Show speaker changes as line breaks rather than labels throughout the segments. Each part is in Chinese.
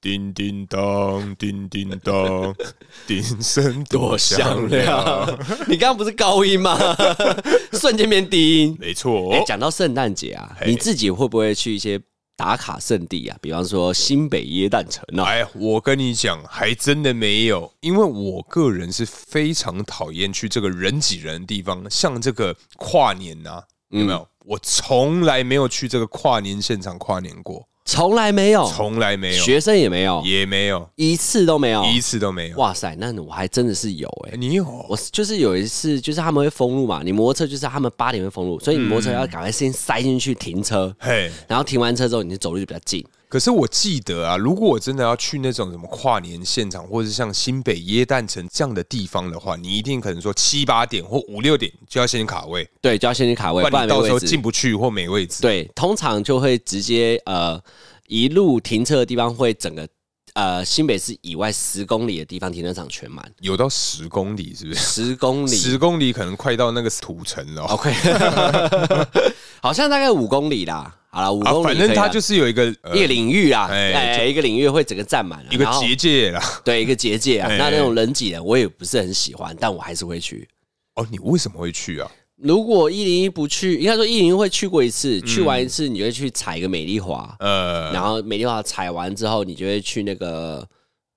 叮叮当，叮叮 当，笛声
多
多
响
响
亮
亮。！
你刚刚不是高 音吗？瞬间变低音。
没错
哎、，讲到圣诞节啊，
哦嘿
你自己会不会去一些打卡圣地啊？比方说新北耶诞城啊？
哎，我跟你讲，还真的没有，因为我个人是非常讨厌去这个人挤人的地方，像这个跨年呐、
嗯
有没有？我从来没有去这个跨年现场跨年过，
从来没有，
从来没有，
哦学生也没有，
也没有，
一次都没有。
一次都没有。
哇塞，那我还真的是有哎、
哎你有？
我就是有一次，就是他们会封路嘛，你摩托车就是他们八点会封路，所以你摩托车要赶快先塞进去停车，
嘿，
然后停完车之后你就走路就比较近。
可是我记得啊，如果我真的要去那种什么跨年现场，或者是像新北耶诞城这样的地方的话，你一定可能说七八点或五六点就要先卡位，
对，就要先去卡位，
不
不
然
然
你
没
到时候
位置
进。不去或没位置。
对，通常就会直接呃一路停车的地方会整个呃新北市以外十公里的地方停车场 全满，
有到十公里是不是？
十公里
十公里可能快到那个土城了哦。
，OK，好像大概五公里啦，好了，五
啊，
公里可以啦、
反正它就是有一个、呃
一个领域啦，
哎
哎、一个领域会整个占满啊，
一个
然后
结界啦。
对一个结界啊，
哎
那那种人挤人我也不是很喜欢，但我还是会去。
哦，你为什么会去啊？
如果一零一不去，应该说一零一会去过一次，去完一次你就会去踩一个美丽华，
呃，
然后美丽华踩完之后，你就会去那个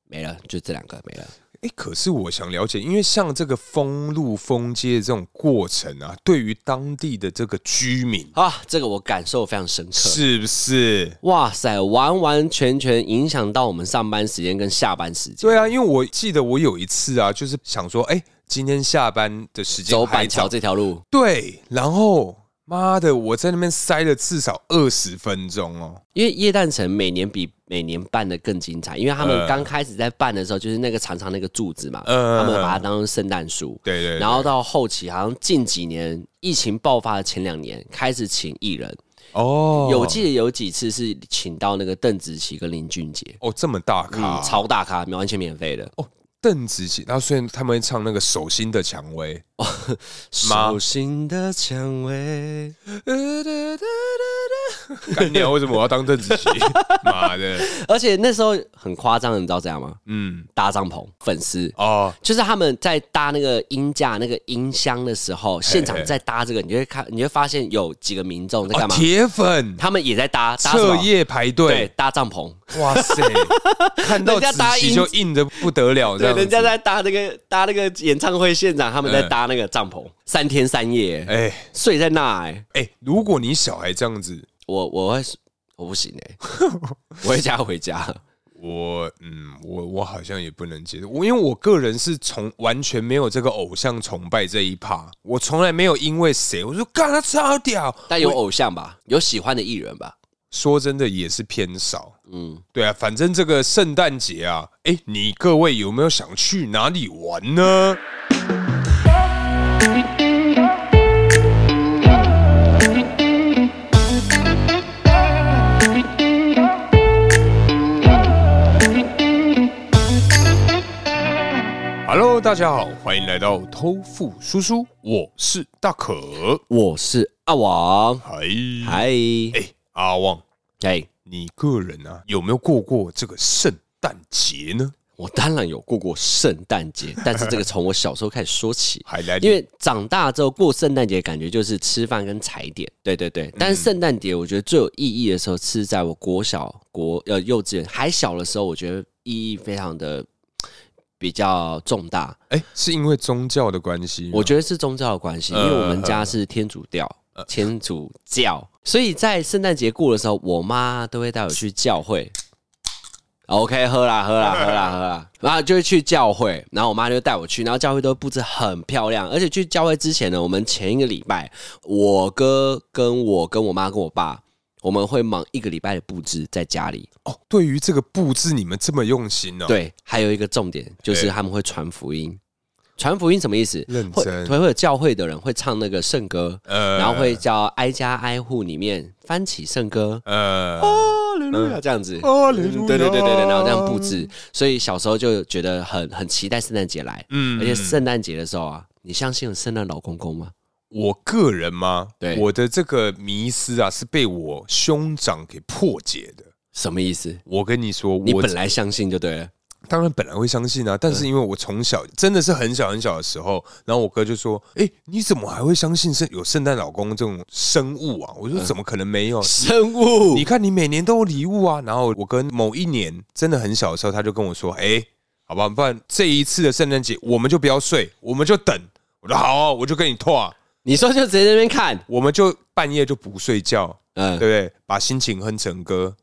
没了，就这两个没了。
哎、可是我想了解，因为像这个封路封街的这种过程啊，对于当地的这个居民，
啊，这个我感受非常深刻。
是不是？
哇塞，完完全全影响到我们上班时间跟下班时间。
对啊，因为我记得我有一次啊，就是想说，哎、今天下班的时间
走
还
板
早
桥，这条路，
对，然后妈的，我在那边塞了至少二十分钟哦。
因为夜诞城每年比每年办的更精彩，因为他们
呃
刚开始在办的时候，就是那个长长那个柱子嘛，
呃
他们把它当成圣诞树。
对对对
然后到后期，好像近几年疫情爆发的前两年，开始请艺人，
哦，
有记得有几次是请到那个邓紫棋跟林俊杰，
哦，这么大
嗯
咖，，
超大咖，完全免费的。
哦，邓紫棋，然后虽然他们会唱那个手心的蔷薇，妈
手心的蔷薇，
干掉为什么我要当邓紫 棋？妈的，
而且那时候很夸张，你知道怎样吗？
嗯，
搭帐篷，粉丝
哦，
就是他们在搭那个音架、那个音箱的时候，现场在搭这个，你就会看，你会发现有几个民众在
哦
干嘛？
铁粉
他们也在搭搭什
彻
么？
夜排
对
队，，
搭帐篷。
哇 塞，看到
人家
紫
搭
棋
音
就硬的不得了，这
对，
样
人家
子，
在搭那个搭那个演唱会现场，他们在搭那个帐篷， 三天三夜、
哎
睡在那、哎，
哎，如果你小孩这样子，
我我会我不行 哎、我会加回家。
我嗯，我我好像也不能接受，我因为我个人是从完全没有这个偶像崇拜这一趴，我从来没有因为谁，我说干他超屌，
但有偶像吧，有喜欢的艺人吧，
说真的也是偏少。
嗯，
对啊，反正这个圣诞节啊，哎，你各位有没有想去哪里玩呢？Hello，大家好，欢迎来到偷富叔叔，我是大可。
我是阿王，
嗨，
嗨，
哎，阿旺，
哎，
你个人啊，有没有过过这个圣诞节呢？，
我当然有过过圣诞 节，但是这个从我小时候开始说起
还来
因为长大之后过圣诞节，感觉就是吃饭跟踩点，对对对。嗯但是圣诞节我觉得最有意义的时候是在我国小、国呃幼稚园还小的时候，我觉得意义非常的比较重大。
哎、是因为宗教的关系吗，
我觉得是宗教的关系，因
呃
为我们家是天主教，天主教，所以在圣诞节过的时候，我妈都会带我去教会。OK，喝啦喝啦喝啦喝啦，然后就会去教会，然后我妈就带我去，然后教会都布置很漂亮，而且去教会之前呢，我们前一个礼拜，我哥跟我跟我妈跟我爸，我们会忙一个礼拜的布置在家里。
哦，对于这个布置你们这么用心呢、哦，，
对，还有一个重点就是他们会传福音。传福音什么意思？
认
会
真
会会有教会的人会唱那个圣歌，
呃
然后会叫挨家挨户里面翻起圣歌，
呃，
哦这样子。
哦
嗯对对对对对，然后这样布，置，所以小时候就觉得很很期待圣诞节来。
嗯
而且圣诞节的时候啊，你相信有圣诞老公公吗？
我个人吗？
对
我的这个迷思啊，是被我兄长给破解的。
什么意思？
我跟你说，
你
我
本来相信就对了，
当然本来会相信啊，但是因为我从小真的是很小很小的时候，然后我哥就说：“哎、你怎么还会相信圣有圣诞老公这种生物啊？”
嗯
我说：“怎么可能没有？”
生物
你看，你每年都有礼物啊。然后我跟某一年真的很小的时候，他就跟我说：“哎、好吧，不然这一次的圣诞节我们就不要睡，我们就等。”我说：“好啊、我就跟你拓、啊，
你说就直接在那边看，
我们就半夜就不睡觉，对
嗯
不，对？把心情哼成歌，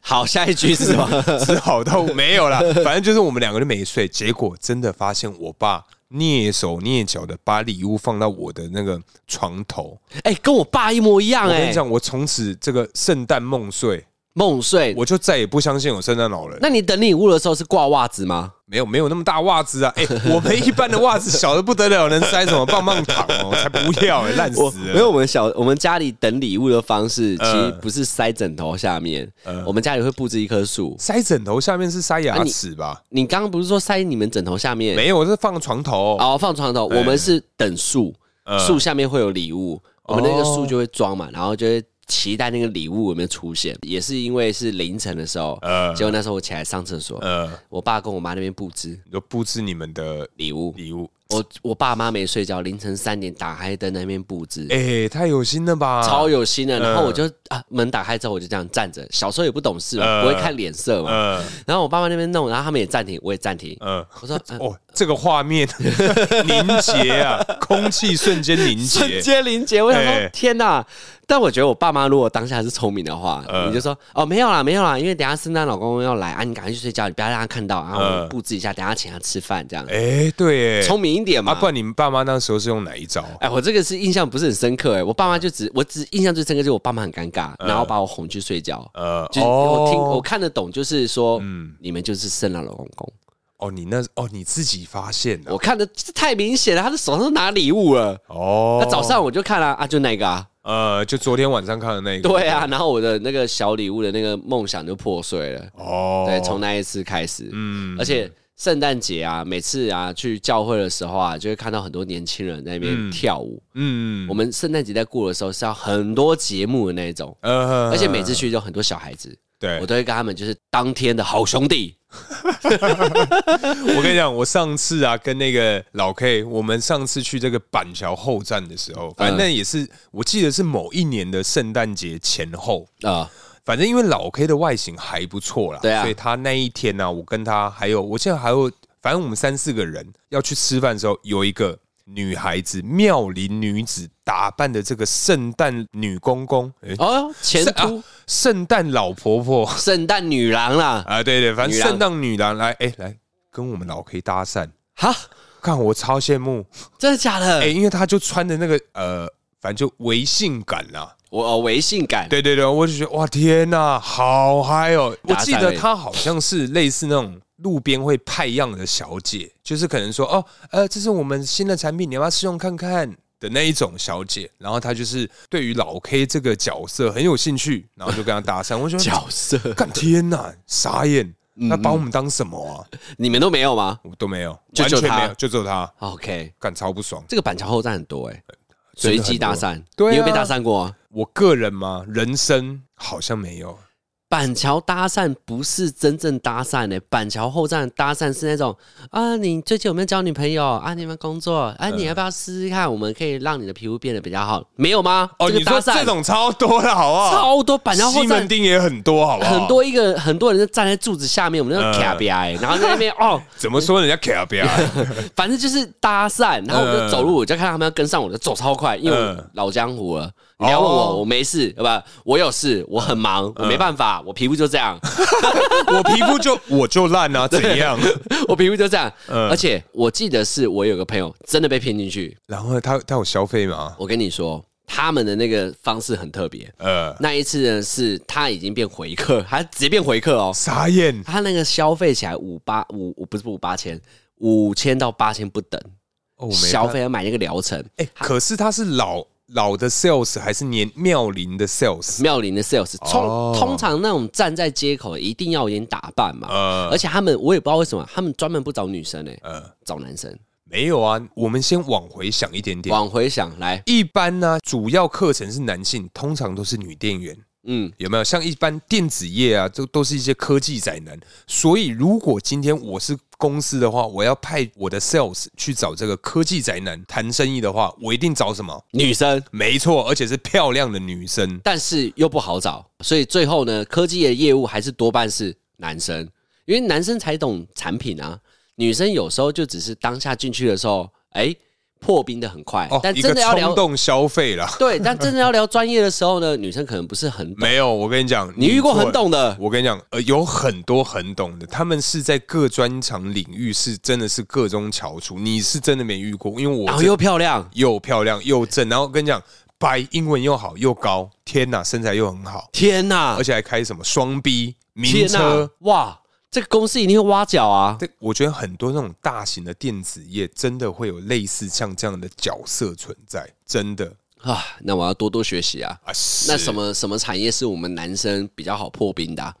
好，下一句是什 么？
只好到没有啦，反正就是我们两个就没睡，结果真的发现我爸蹑手蹑脚的把礼物放到我的那个床头。
哎、跟我爸一模一样
我跟
哎、
你讲，我从此这个圣诞梦碎，
梦碎。
我就再也不相信有圣诞老人。
那你等礼物的时候是挂袜子吗？
没有没有那么大袜子啊！ 哎、我们一般的袜子小的不得了，能塞什么棒棒糖哦？才不要、哎烂
我
死了！
没有，我们小我们家里等礼物的方式，其
呃
实不是塞枕头下面，我们家里会布置一棵树。
塞枕头下面是塞牙
啊你
齿吧？
你刚刚不是说塞你们枕头下面？
没有，是放床头。
哦，放床头，我们是等树，
呃
树下面会有礼物，我们那个
哦
树就会装嘛，然后就会期待那个礼物有没有出现。也是因为是凌晨的时候，
呃
结果那时候我起来上厕所，
呃，
我爸跟我妈那边布置
就布置你们的
礼物，
礼物。
我我爸妈没睡觉，凌晨三点打开灯在那边布置。
哎、太有心了吧！
超有心的，然后我就、啊，门打开之后我就这样站着。小时候也不懂事嘛，
呃
不会看脸色嘛。
呃
然后我爸妈那边弄，然后他们也暂停，我也暂停。
呃，
我说、呃
哦，这个画 面凝结啊，空气瞬间凝
瞬
结。
间林杰，我想说、
哎
天哪！但我觉得我爸妈如果当下是聪明的话，你就说哦没有啦没有啦，因为等一下圣诞老公公要来啊，你赶快去睡觉，你不要让他看到，然后我们
嗯
布置一下，等一下请他吃饭这样，
哎、对、哎
聪、明一点嘛。
啊，不然你们爸妈那时候是用哪一招？
哎，我这个是印象不是很深刻哎，我爸妈就只我只印象最深刻就是我爸妈很尴尬，然后把我哄去睡觉。
呃，
哎就是我听、我看得懂，就是说，
嗯
你们就是圣诞老公公。
哦，你那哦你自己发现了、
我看的这太明显了，他的手上都拿礼物了。
哦，
那早上我就看了啊，就那个啊，
呃，就昨天晚上看的那个，
对啊，然后我的那个小礼物的那个梦想就破碎了。
哦，
对，从那一次开始，
嗯
而且圣诞节啊，每次啊去教会的时候啊，就会看到很多年轻人在那边跳舞。
嗯
我们圣诞节在过的时候是要很多节目的那一种，
呃
而且每次去都很多小孩子，
对
我，都会跟他们就是当天的好兄弟。
我跟你讲，我上次啊跟那个老 K，我们上次去这个板桥后站的时
嗯
候，反正那也是我记得是某一年的圣诞节前后，
啊、
反正因为老 K 的外形还不错啦，
对啊
所以他那一天呢、我跟他还有，我现在还有，反正我们三四个人要去吃饭的时候，有一个女孩子，妙龄女子，打扮的这个圣诞女公公，诶
哦，前
是
途
啊圣诞老婆婆
圣诞女郎啦，
啊，对对，反正
女郎
圣诞女郎来，哎、来跟我们老 K 搭讪，
哈，
看我超羡慕，
真的假的？
哎、因为她就穿的那个呃，反正就微性感啦、
我哦，微性感，
对对对，我就觉得哇，天呐，好嗨哦！我
打伞
记得她好像是类似那种路边会派样的小姐，就是可能说哦，呃，这是我们新的产品，你要不要试用看看？的那一种小姐，然后她就是对于老 K 这个角色很有兴趣，然后就跟他搭讪。我觉得，
角色，
干天呐，傻眼！那把我们当什么啊？
你们都没有吗
我都没有，
就
完全
只有她
没嗯有，就只有他，
？OK，
干超不爽。
这个板桥后站很多哎，
真的很
随
多
机搭讪，
对啊
你有被搭讪过吗？
我个人嘛，人生好像没有，
板桥搭讪不是真正搭讪哎，板桥后站搭讪是那种啊，你最近有没有交女朋友啊？你有没有工作啊？你要不要试试看？我们可以让你的皮肤变得比较好，没有吗？
哦，
这个
你
搭
说这
讪
种超多了，好不好？
超多板桥后
西门
站
町哦也很多，好不好？
很多一个很多人就站在柱子下面，我们那
嗯
个卡比哎，然后在那边哦，
怎么说人家 K 不要？啊
反正就是搭讪，然后我就
嗯
走路，我就看到他们要跟上，我就走超快，因为我
嗯
老江湖了。你不要问
哦嗯
我，我没事，对吧？我有事，我很忙，我没办法，我皮肤就 这样，
我皮肤就我就烂啊，怎样？
我皮肤就这样。
嗯
而且我记得是我有个朋友真的被骗进去，
然后他他有消费吗？
我跟你说，他们的那个方式很特别。
呃，
那一次呢，是他已经变回客， 他直接变回客哦，
傻眼，
他那个消费起来五八五五不是不五八千，五千到八千不等，
哦，我没看
消。费要买那个疗程。
哎，可是他是老老的 sales 还是年妙龄的 sales？
妙龄的 sales，通、
哦
通常那种站在街口的一定要有点打扮嘛，
呃
而且他们我也不知道为什么，他们专门不找女生诶、欸
呃，
找男生。
没有啊，我们先往回想一点点。
往回想来，
一般呢、主要课程是男性，通常都是女店员。
嗯，
有没有？像一般电子业啊，这都是一些科技宅男。所以，如果今天我是公司的话，我要派我的 sales 去找这个科技宅男谈生意的话，我一定找什么？
女生，
没错，而且是漂亮的女生。
但是又不好找，所以最后呢，科技的业务还是多半是男生，因为男生才懂产品啊。女生有时候就只是当下进去的时候，哎、破冰的很快，
哦
但，
一
真
个
的要聊
冲动消费啦。
对，但真的要聊专业的时候呢，女生可能不是很懂。
没有，我跟你讲，
你遇过很
错了
懂的，
我跟你讲，呃，有很多很懂的，他们是在各专长领域是真的是各中翘楚。你是真的没遇过，因为我
然后又漂亮，
又漂亮又正，然后跟你讲，白英文又好又高，天哪，身材又很好，
天哪、
而且还开什么双 B 名
天哪、
车。
哇，这个公司一定会挖角啊！
这我觉得很多那种大型的电子业真的会有类似像这样的角色存在，真的
啊，那我要多多学习啊。
啊。
那
是
什么什么产业是我们男生比较好破冰的啊、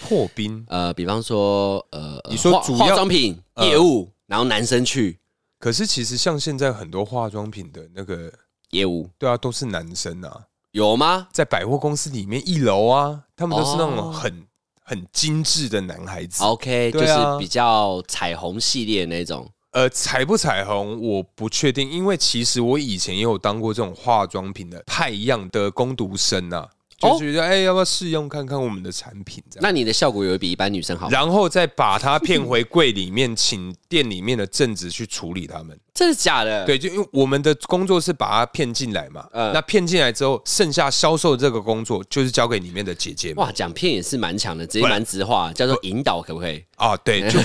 破冰？
呃，比方说，呃，呃
你说
化
主
化
要呃
妆品业务，然后男生去
可是其实像现在很多化妆品的那个，
业务，
对啊，都是男生啊。
有吗？
在百货公司里面一楼啊，他们都是那
哦
种很、很精致的男孩子。
OK，、就
对啊
是比较彩虹系列那种。
呃，彩不彩虹我不确定，因为其实我以前也有当过这种化妆品的派样的工读生啊，就
哦
是觉得哎、要不要试用看看我们的产品这样。
那你的效果有比一般女生好？
然后再把它骗回柜里面，请店里面的正职去处理他们。
真的假的？，
对，就因为我们的工作是把它骗进来嘛，
嗯
那骗进来之后，剩下销售这个工作就是交给里面的姐姐们。
哇，讲片也是蛮强的，直接蛮直话，叫做引导，可不可以？
哦，对， 就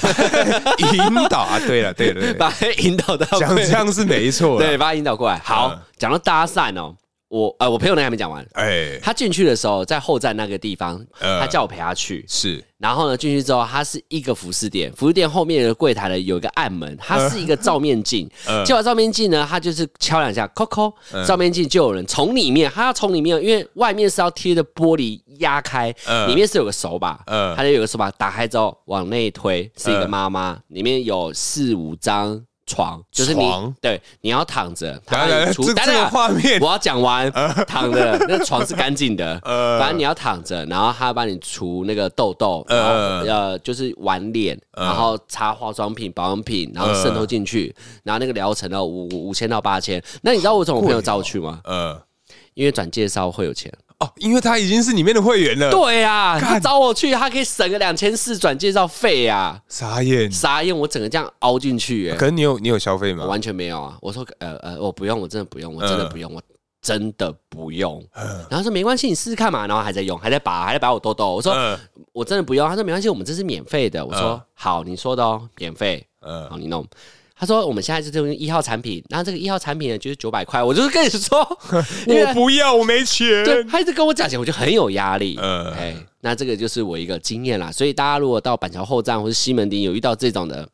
引导啊，对了，对了，对了，
把他引导到
讲
柜
这样是没错
对，
的。
把他引导过来。好
嗯，
讲到搭讪哦，我呃，我朋友那还没讲完。
哎，
他进去的时候，在后站那个地方，
呃
他叫我陪他去。
是
然后呢，进去之后，它是一个服饰店，服饰店后面的柜台呢有一个暗门，它是一个照面 镜。
呃
结果照面镜呢，它就是敲两下，扣扣，
嗯
照面镜就有人从里面，它要从里面，因为外面是要贴着玻璃压开，
呃
里面是有个手把，
呃
它就有个手把打开之后往内推，是一个
呃
妈妈，里面有四五张。床就是你
床
对，你要躺着，它
来来
帮你
来
除
这
等
这个
等
画面
啊我要讲完，躺着那床是干净 的，
呃
反正你要躺着，然后他帮你除那个痘痘，然后
呃
呃就是玩脸，然后擦化妆品、保养品，然后
呃
渗透进去，然后那个疗程呢五五千到八千。那你知道我怎么我朋友找我去吗？
呃
因为转介绍会有钱。
哦，因为他已经是里面的会员了，
对啊，
呃干
他找我去，他可以省个两千四转介绍费啊！
傻眼。
傻眼，我整个这样凹进去、欸，
可是你有你有消费
我
吗？
完全没有啊！我说呃呃，我不用，我真的不用，我真的
嗯
不用，我真的不用。然后说没关系，你试试看嘛。然后还在用，还在拔，还在拔我痘痘。我说
呃
我真的不用。他说没关系，我们这是免费的。我说、
嗯
好，你说的哦，免费，
呃，
好，你弄。他说我们现在就是用一号产品，然后这个一号产品呢就是九百块。我就是跟你说， 因为
我不要，我没钱。
对，他一直跟我讲钱，我就很有压力。
嗯
哎，那这个就是我一个经验啦。所以大家如果到板桥后站或是西门町有遇到这种的，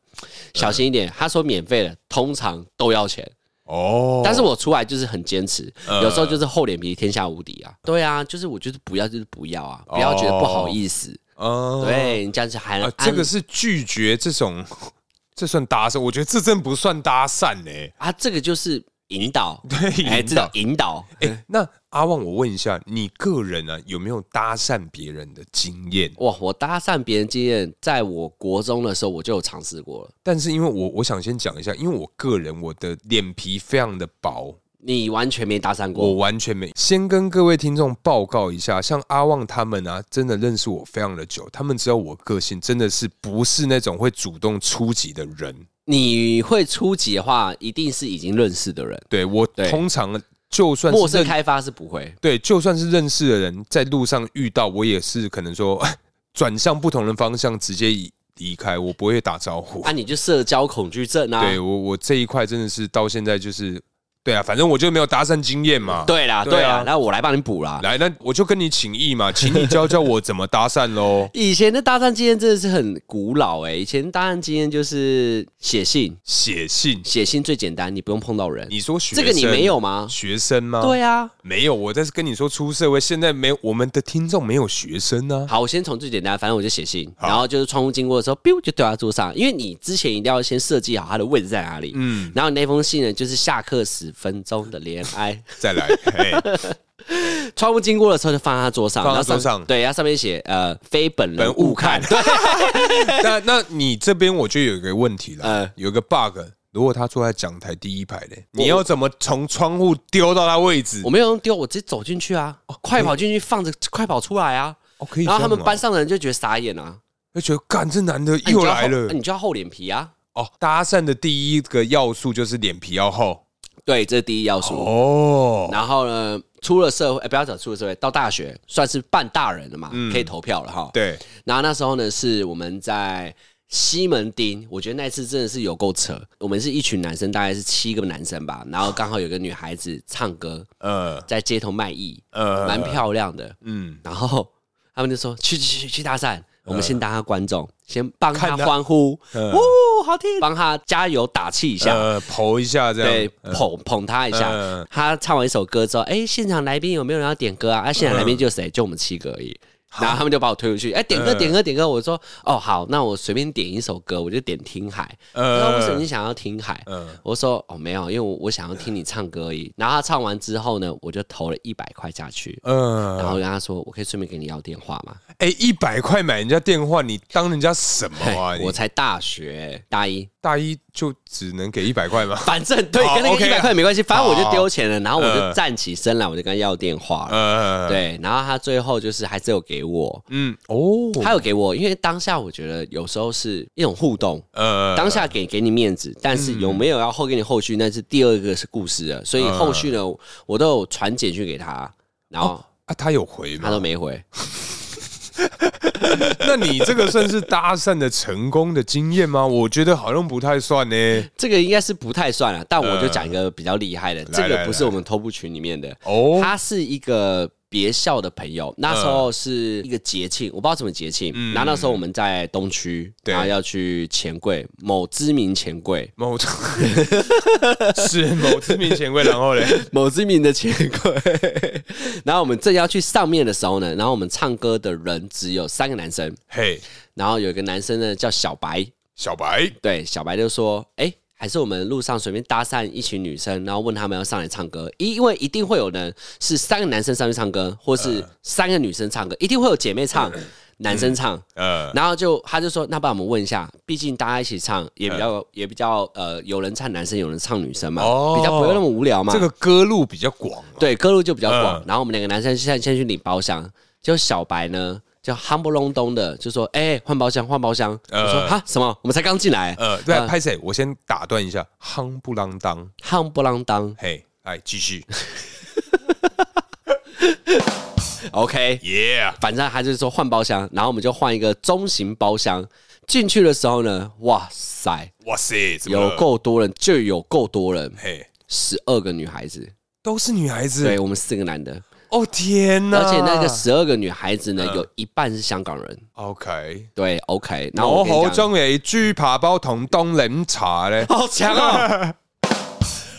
小心一点。他说免费的，通常都要钱。
哦，
但是我出来就是很坚持，
呃
有时候就是厚脸皮天下无敌啊。对啊，就是我就是不要就是不要啊，不要觉得不好意思。
哦嗯，
对，你这样子还能
啊，
安
这个是拒绝这种， 这算搭讪？我觉得这真不算搭讪欸呢。
啊，这个就是引导，
对
哎，
引
这
导
叫引导。
哎，那阿旺，我问一下，你个人啊有没有搭讪别人的经验？
哇，我搭讪别人经验，在我国中的时候我就有尝试过了。
但是因为我我想先讲一下，因为我个人我的脸皮非常的薄，
你完全没搭讪
我
过，
完全没。先跟各位听众报告一下，像阿旺他们啊，真的认识我非常的久，他们知道我个性真的是不是那种会主动出击的人。
你会初级的话，一定是已经认识的人，
对我
对
通常就算
陌
是
生
认
开发是不会。
对，就算是认识的人，在路上遇到我也是可能说 转向不同的方向，直接离离开，我不会打招呼。
啊，你就社交恐惧症啊！
对我我这一块真的是到现在就是对啊，反正我就没有搭讪经验嘛。
对啊啦，
对啊
对啦，那我来帮你补啦。。
来，那我就跟你请益嘛，请你教教我怎么搭讪喽
以前的搭讪经验真的是很古老哎、以前搭讪经验就是写信，
写信，
写信最简单，你不用碰到人。
你说学
这个你
生
没有吗？
学生吗？
对啊，
没有，我在跟你说出社会，现在没有我们的听众没有学生啊。
好，我先从最简单，反正我就写信，
好
然后就是窗户经过的时候，biu 就丢在桌上，因为你之前一定要先设计好它的位置在哪里。
嗯，
然后你那封信呢，就是下课十分钟的恋爱，
再来，嘿
窗户经过的时候就放在他桌上，
放他
然后
桌上
对，然后上面写呃非本人
本勿
勿看， 对，
那那你这边我就有一个问题了，
嗯
有一个 bug。如果他坐在讲台第一排嘞，你要怎么从窗户丢到他位置
我？没有用丢，我直接走进去啊，快跑进去放着，快跑出来啊。
哦，可以这样
然后
哦。
他们班上的人就觉得傻眼啊，
就觉得，干这男的
啊你就
又
要
来
厚
了
啊。你就要厚脸皮啊。
哦，搭讪的第一个要素就是脸皮要厚。
对，这是第一要素。
哦，
然后呢，出了社会，哎不要讲出了社会，到大学算是半大人了嘛，可以投票了哈。
嗯对，
然后那时候呢，是我们在西门町，我觉得那次真的是有够扯。我们是一群男生，大概是七个男生吧，然后刚好有个女孩子唱歌，
呃
在街头卖艺，
呃，
蛮漂亮的。
嗯，
然后他们就说：“去去去去搭讪，我们先当他观众，先帮他
看他
欢呼，
嗯
哦，好听，帮他加油打气一下。
呃，剖一下这
对
样，，
捧捧他一下。
嗯
他唱完一首歌之后，哎，现场来宾有没有人要点歌啊？啊，现场来宾就谁？就我们七个而已。然后他们就把我推出去，哎，点歌，
嗯
点歌，点歌。我说，哦，好，那我随便点一首歌，我就点《听海》。
嗯
他说为什么你想要听海？
嗯，
我说，哦，没有，因为我我想要听你唱歌而已。然后他唱完之后呢，我就投了一百块下去。然
呃，
后跟他说，我可以顺便给你要电话吗？
哎，一百块买人家电话，你当人家什么啊？
嘿哎
你
我才大学大一，
大一就只能给一百块吗？
反正对，
好
跟那个
OK
一
啊
百块没关系，反正我就
好
丢钱了。然后我就
嗯
站起身来，我就跟他要电话了。
呃，，
对，然后他最后就是还是有给我，
嗯，哦，
他有给我，因为当下我觉得有时候是一种互动，
呃，
当下给给你面子，但
嗯
是有没有要后给你后续，那是第二个是故事了，所以后续呢，我都有传简讯给他，然后
啊，他有回
他
吗？
都没回，
那你这个算是搭讪的成功的经验吗？我觉得好像不太算呢。
这个应该是不太算了，但我就讲一个比较厉害的，这
嗯来
个
来
不是我们头部群里面的，
哦，
他是一个别校的朋友，那时候是一个节庆，我不知道什么节庆。
嗯
然后那时候我们在东区，
对，
然后要去钱柜某知名钱柜
某是某知名前贵，然后嘞，
某知名的钱柜。 然后我们正要去上面的时候呢，然后我们唱歌的人只有三个男生，
嘿，
然后有一个男生呢叫小白，
小白，
对，小白就说：“哎、还是我们路上随便搭讪一群女生，然后问他们要上来唱歌，因因为一定会有人是三个男生上去唱歌，或
呃
是三个女生唱歌，一定会有姐妹唱，
嗯
男生唱。
呃，
然后就他就说，那不然我们问一
嗯
下，毕竟大家一起唱也比较、也比较呃，有人唱男生，有人唱女生嘛，
哦
比较不会那么无聊嘛。
这个歌路比较广啊，
对歌路就比较广。
嗯
然后我们两个男生现在先去领包厢，就小白呢就憨不隆咚的就说，哎、换包厢换包厢。我说
呃
哈什么？我们才刚进来，
呃，对啊，拍谁？我先打断一下，夯不啷当，
夯不啷当。
嘿，哎，继续
OK，
，Yeah，
反正他就是说换包厢，然后我们就换一个中型包厢。进去的时候呢，哇塞，
哇塞，怎么了
有，够多人，就有够多人，
嘿，
十二个女孩子，
都是女孩子，
对我们四个男的，
哦天哪，
而且那个十二个女孩子呢，有一半是香港人。
OK，
对，OK，然后
我
我跟
口
你讲，，
哦中的猪扒包同冻柠茶嘞
好强哦！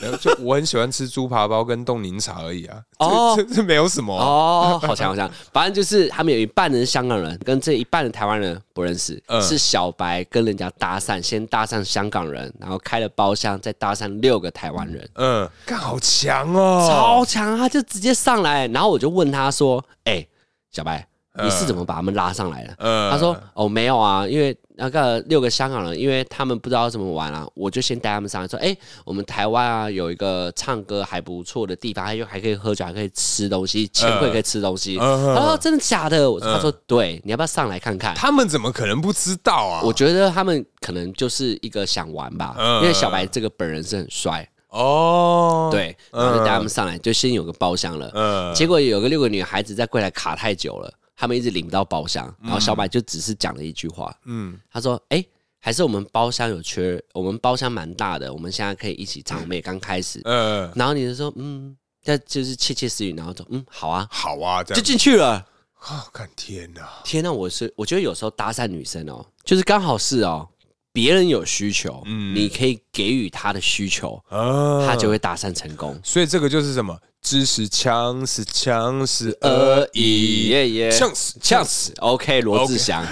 然后啊就我很喜欢吃猪扒包跟冻柠茶而已啊，
哦
这这这没有什么啊，
哦，好强好 强！反正就是他们有一半人是香港人，跟这一半的台湾人不认识，
嗯
是小白跟人家搭讪，先搭讪香港人，然后开了包厢，再搭讪六个台湾人。
嗯，干好强哦，
超强，他就直接上来，然后我就问他说：“哎、小白，
嗯
你是怎么把他们拉上来的？”
呃
他说：“哦，没有啊，因为那个六个香港人，因为他们不知道怎么玩啊，我就先带他们上来，说：‘哎、我们台湾啊有一个唱歌还不错的地方，还有还可以喝酒，还可以吃东西，钱柜可以吃东西。
嗯
他说：“真的假的？”我他说：“对，你要不要上来看看？”
他们怎么可能不知道啊？
我觉得他们可能就是一个想玩吧，
嗯
因为小白这个本人是很帅，
哦，，
对，然后就带他们上来，就先有个包厢了。
呃，
结果有个六个女孩子在柜台卡太久了，她们一直领不到包厢，然后小白就只是讲了一句话，
嗯，
他说：“哎、还是我们包厢有缺，我们包厢蛮大的，我们现在可以一起唱，我们也刚开始。
呃，
然后你就说：“嗯，那就是窃窃私语。”然后说：“嗯，好啊，
好啊，这
就
样，
进去了。
啊，看天哪”，
天呐，我是我觉得有时候搭讪女生哦，就是刚好是哦，别人有需求，
嗯
你可以给予她的需求，
啊，
她就会搭讪成功。
所以这个就是什么？知识强是强是而
呃，
已，
耶耶，
呛死
呛死，OK，罗志祥。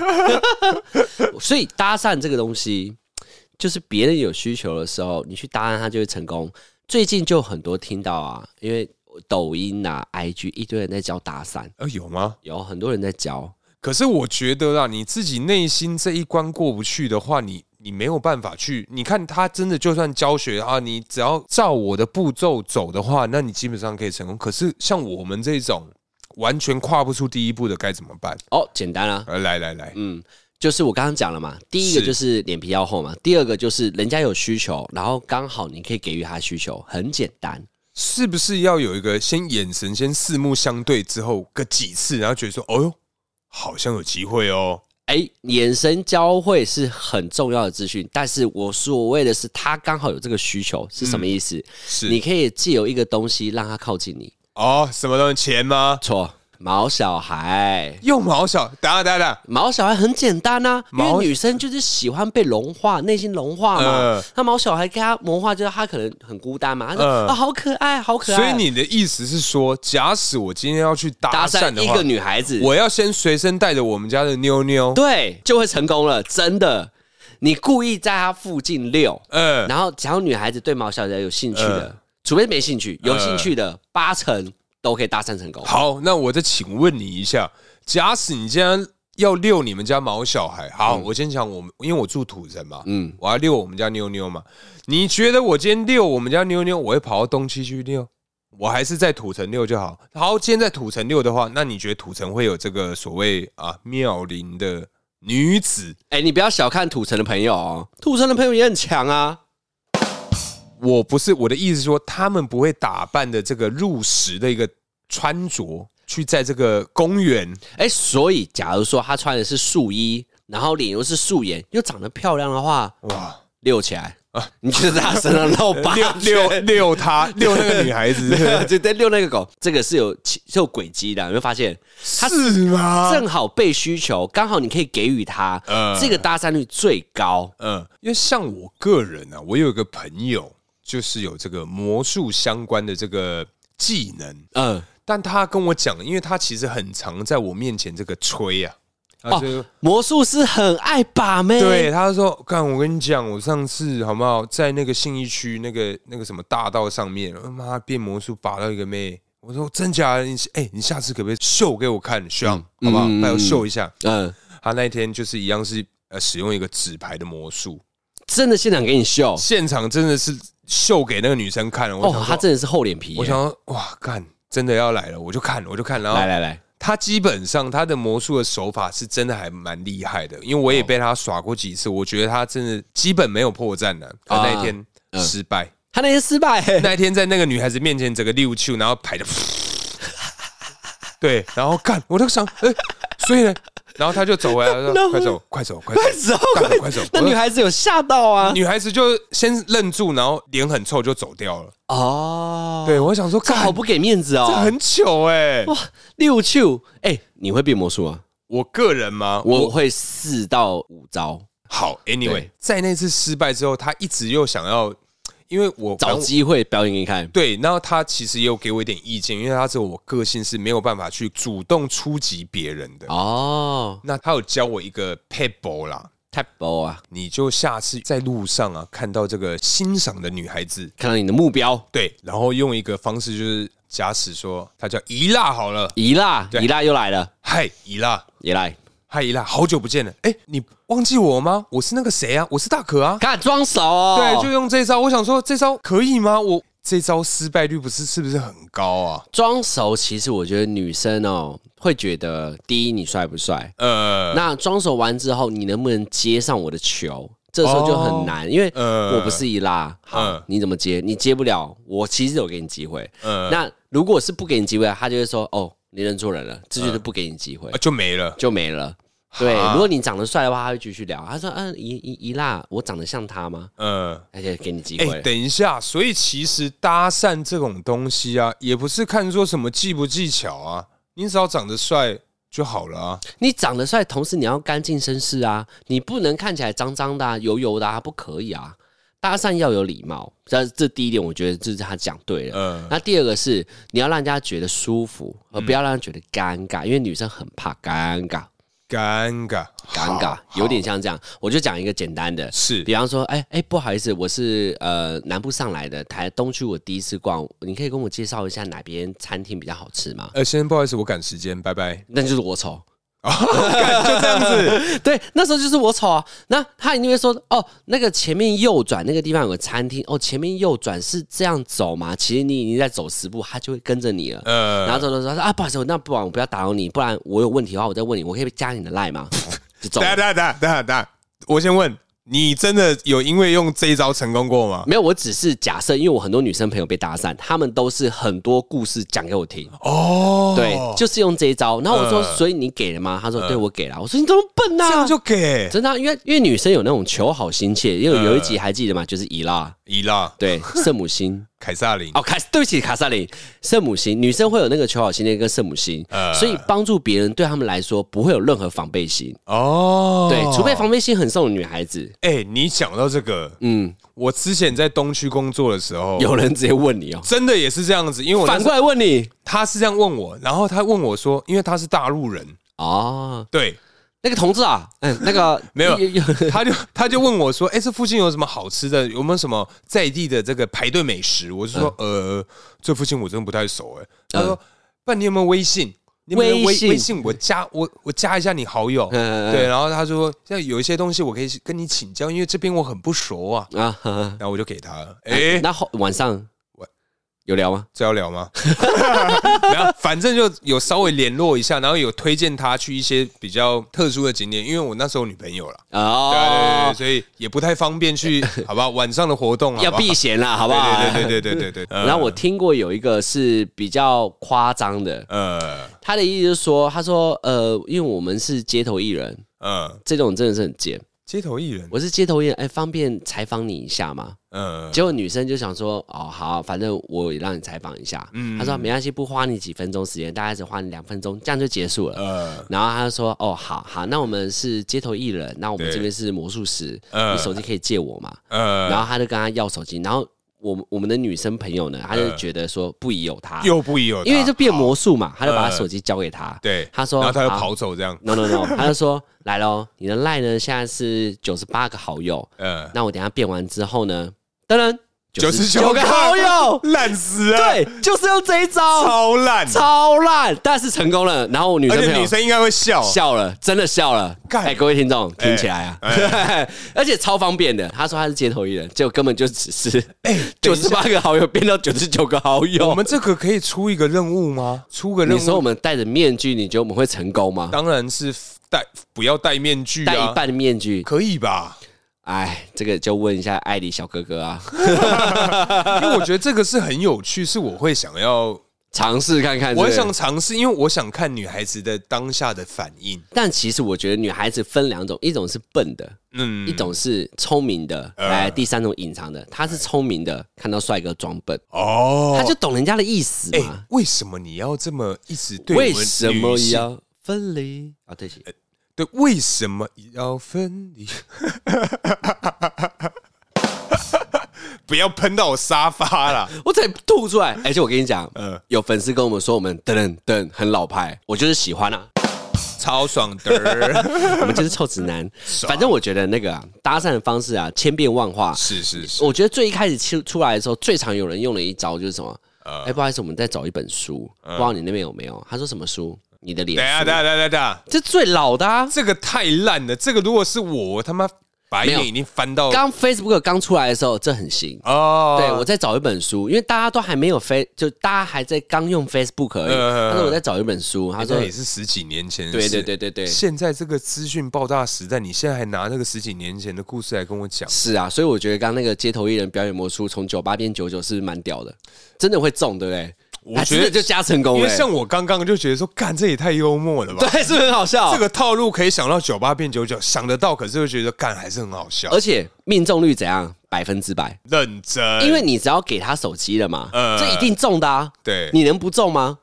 所以搭讪这个东西，就是别人有需求的时候，你去搭讪他就会成功。最近就很多听到啊，因为抖音啊、IG 一堆人在教打伞，
呃，有吗？
有很多人在教。
可是我觉得啦，你自己内心这一关过不去的话，你你没有办法去。你看他真的就算教学啊，你只要照我的步骤走的话，那你基本上可以成功。可是像我们这种完全跨不出第一步的，该怎么办？
哦，简单啊，
呃，来来来，
嗯，就是我刚刚讲了嘛，第一个
是
就是脸皮要厚嘛，第二个就是人家有需求，然后刚好你可以给予他需求，很简单。
是不是要有一个先眼神先四目相对之后个几次，然后觉得说，哦哟，好像有机会哦。
哎，眼神交汇是很重要的资讯，但是我所谓的是他刚好有这个需求是什么意思？
是
你可以借由一个东西让他靠近你。
哦，什么东西钱吗？
错，毛小孩，
又毛小，等下等下等下，
毛小孩很简单啊，因
毛
为女生就是喜欢被融化，内心融化嘛
呃。
那、毛小孩跟他融化，就是他可能很孤单嘛，他说啊、
呃
好可爱，好可爱。
所以你的意思是说，假使我今天要去搭
搭
讪
讪
的
一
话
个，女孩子，
我要先随身带着我们家的妞妞，
对就会成功了，真的。你故意在她附近溜，
呃，
然后只要女孩子对毛小姐有兴趣的，除非没兴趣，有兴趣的八成都可以搭讪成功。
呃好，那我再请问你一下，假使你今天要遛你们家毛小孩，好，我先讲我们，因为我住土城嘛，
嗯，
我要遛我们家妞妞嘛，你觉得我今天遛我们家妞妞，我会跑到东区去遛？我还是在土城遛就好。好，今天在土城遛的话，那你觉得土城会有这个所谓啊妙龄的女子？
哎、你不要小看土城的朋友哦，土城的朋友也很强啊。
我不是我的意思是说，他们不会打扮的这个入时的一个穿着，去在这个公园
哎、所以假如说她穿的是素衣，然后脸又是素颜，又长得漂亮的话，
哇
溜起来
啊
你就是在她身上绕八
遛遛
圈
遛她遛那个女孩 子，
就在遛那个狗，这个是有其是有轨迹的，你会发现
是吗？
正好被需求，刚好你可以给予他，
呃
这个搭讪率最高。
嗯，因为像我个人啊，我有一个朋友就是有这个魔术相关的这个技能，
嗯、
但他跟我讲，因为他其实很常在我面前这个吹啊，他就。
哦，魔术师很爱把妹，
对，，他就说：“干，我跟你讲，我上次好不好，在那个信义区那个那个什么大道上面，呃妈变魔术拔到一个妹。”我说：“真假的？你哎、你下次可不可以秀给我看，学长，好不好？
嗯嗯嗯
拜托秀一下。
嗯、”
他那一天就是一样是呃使用一个纸牌的魔术，哦
真的现场给你秀，
现场真的是秀给那个女生看了。我想说，
哦，他真的是厚脸皮耶，
我想说哇，干，真的要来了，我就看，我就看，然后
来来来，
他基本上他的魔术的手法是真的还蛮厉害的，因为我也被他耍过几次，我觉得他真的基本没有破绽的。他
啊
那一天
嗯
失败，
他那天失 败耶，
那一天在那个女孩子面前整个溜球，然后排的， 对，然后干，我就想，哎、所以呢，然后他就走回来，他
然
说：“
后
快走，快走，快走，
快走
快走，快
快
走
走！” 那女孩子有吓到啊，
女孩子就先愣住，然后脸很臭就走掉了。
哦，
对，我想说，
这
干，
好不给面子
这
哦，
很糗哎、
哇，六秋，哎，你会变魔术吗？
我个人嘛，
我会四到五招，
好，Anyway，
对
在那次失败之后，他一直又想要，因为我
找
反正
机会表演给你看。
对，然后他其实也有给我一点意见，因为他知道我个性是没有办法去主动出击别人的。
哦，
那他有教我一个 pebble 啦，
太薄啊！
你就下次在路上啊看到这个欣赏的女孩子，
看到你的目标，
对，然后用一个方式就是假使说她叫怡娜好了，
怡辣，
对
怡辣又来了，
嗨怡娜，
也来，
嗨怡娜，好久不见了，哎，你忘记我吗？我是那个谁啊，我是大可啊，
敢装熟哦？
对，就用这招。我想说，这招可以吗？我这招失败率不是是不是很高啊？
装熟。其实我觉得女生哦，会觉得第一你帅不帅，
呃，
那装熟完之后，你能不能接上我的球？这时候就很难，因为
呃
我不是一拉，好
嗯，
你怎么接？你接不了，我其实有给你机会。
嗯
那如果是不给你机会，他就会说，哦，你认错人了，这就是不给你机会
啊，就没了。
就没了。对
哈，
如果你长得帅的话，他会继续聊。他说，嗯，一一一辣，我长得像他吗？
呃，
而且给你机
哎、
会。
等一下，所以其实搭讪这种东西啊，也不是看说什么技不技巧啊，你只要长得帅就好了 啊。
你长得帅，同时你要干净绅士啊，你不能看起来脏脏的、啊、油油的、啊，不可以啊。搭讪要有礼貌，这这第一点，我觉得这是他讲对了。
呃，
那第二个是你要让人家觉得舒服，而不要让人觉得尴尬，因为女生很怕尴尬。
尴尬，
尴尬
好，
有点像这样。我就讲一个简单的，
是
比方说，哎、哎、不好意思，我是呃南部上来的，台东区我第一次逛，你可以跟我介绍一下哪边餐厅比较好吃吗？
呃，先不好意思，我赶时间，拜拜。
那就是我丑，
干就这样子，
对，那时候就是我丑啊。那他一定会说，哦，那个前面右转那个地方有个餐厅，哦，前面右转是这样走吗？其实你已经在走十步，他就会跟着你了。然
呃，
后走走走，他说啊，不好意思，那不然我不要打扰你，不然我有问题的话，我再问你，我可以加你的 line 吗？
哦
就走
等
了
下等下等下等下等下，我先问你，真的有因为用这一招成功过吗？
没有，我只是假设，因为我很多女生朋友被搭讪，她们都是很多故事讲给我听，
哦，
对，就是用这一招。然后我说，
呃
所以你给了吗？她说，对我给了。我说你这么笨呐、
嗯这样就给
真的啊、因为因为女生有那种求好心切，因为有一集
呃
还记得吗？就是伊拉，
伊拉
对，圣母心。
凯撒琳，
哦，卡，对不起，卡萨琳，圣母心，女生会有那个求好心切跟圣母心，
呃
所以帮助别人对她们来说不会有任何防备心，
哦，
对，除非防备心很重的女孩子，
哎，你讲到这个，
嗯，
我之前在东区工作的时候，
有人直接问你哦，
真的也是这样子，因为我那
反
时
过来问你
他是这样问我，然后他问我说，因为他是大陆人，
哦，
对，
那个同志啊，嗯，那个
没有
有有
他就他就问我说：“哎、这附近有什么好吃的？有没有什么在地的这个排队美食？”我就说：“
嗯
呃，这附近我真的不太熟。”哎，他说：“爸，你有没有微信？你有没有微
微信
微信？我加我我加一下你好友。”
嗯嗯
对，然后他说：“像有一些东西我可以跟你请教，因为这边我很不熟啊。
啊呵呵”
然后我就给他了。哎、
那后晚上
我
有聊吗？
这要聊吗？ 没有，反正就有稍微联络一下，然后有推荐他去一些比较特殊的景点，因为我那时候有女朋友了。对对对，
哦，
所以也不太方便 去，好吧？晚上的活动
要避嫌啦，
好
好不
不
好？嗯
好对对对对对对对。 呃
然后我听过有一个是比较夸张的，
呃
他的意思就是说，他说呃，因为我们是街头艺人，
呃，
这种真的是很贱。
街头艺人，
我是街头艺人，哎，方便采访你一下吗？
呃，
结果女生就想说，哦，好，反正我也让你采访一下。
嗯
他说没关系，不花你几分钟时间，大概只花你两分钟，这样就结束了。
呃
然后他就说：“哦，好好，那我们是街头艺人，那我们
对
这边是魔术师，
呃
你手机可以借我吗？”
呃，
然后他就跟他要手机，然后我们我们的女生朋友呢，她就觉得说不嗯宜有嗯他，
又不一样，
因为就变魔术嘛，他就把
呃
他手机交给他。
对，
他说
然后他又
好
跑走这样，
No no no，他就说来喽，你的 line 呢现在是九十八个好友，
呃，
那我等一下变完之后呢，噔噔
99，
个好友
烂死 了，，
对，就是用这一招，
超烂，
超烂，但是成功了。然后我女
而
生
且
朋
女
友
生应该会笑，
笑了，真的笑了。
干哎
哎，各位听众，听起来啊， 而且超方便的。他说他是街头艺人，结果根本就只是
哎等一
九十
下
八个好友变到九十九个好
我
友。
们这个可以出一个任务吗？出个任
你说我
务，
们戴着面具，你觉得我们会成功吗？
当然是戴不要戴面具
戴一
啊，
半的面具，
可以吧？
哎，这个就问一下艾迪小哥哥啊，
因为我觉得这个是很有趣，是我会想要
尝试看看。
我很
这个
想，尝试，因为我想看女孩子的当下的反应。
但其实我觉得女孩子分两种，一种是笨的，
嗯，
一种是聪明的，
呃
哎，第三种隐藏的。她是聪明的，看到帅哥装笨，
哦，
她就懂人家的意思
哎、
嘛。
为什么你要这么一直对我
为
们
什
女
么
性哎
要分离啊？对不起，
对为什么要分离？ 不要喷到我沙发啦！
我才吐出来。而且我跟你讲，
嗯
有粉丝跟我们说我们噔噔噔很老派，我就是喜欢 啊，
超爽的，
我们就是臭直男。反正我觉得那个、啊、搭讪的方式啊，千变万化。
是是是，
我觉得最一开始出出来的时候，最常有人用的一招就是什么？
呃
哎、不好意思，我们在找一本书，不知道你那边有没有？他说什么书？你的 脸
嗯等一下
书
等一下等一下等一下，
这最老的啊！
这个太烂了，这个如果是我，我他妈白
没有
眼已经翻到
刚 Facebook 刚出来的时候，这很行。
哦，
对，我在找一本书，因为大家都还没有 Face，就大家还在刚用 Facebook 而已。
嗯
他说我在找一本书，他
哎
说
那也是十几年前的
对
事，
对对对对，
现在这个资讯爆炸时代，你现在还拿那个十几年前的故事来跟我 讲，
是啊，所以我觉得刚刚那个街头艺人表演魔术从九八变九九是蛮屌的，真的会中，对不对？
我
啊
觉得
真的就加成功
因
了、欸
为像我刚刚就觉得说，干这也太幽默了吧？
对，是不是很好笑？
这个套路可以想到九八变九九，想得到，可是又觉得干还是很好笑
而，且命中率怎样？百分之百，
认真。
因为你只要给他手机了嘛，
呃
这一定中的啊！
对，
你能不中吗？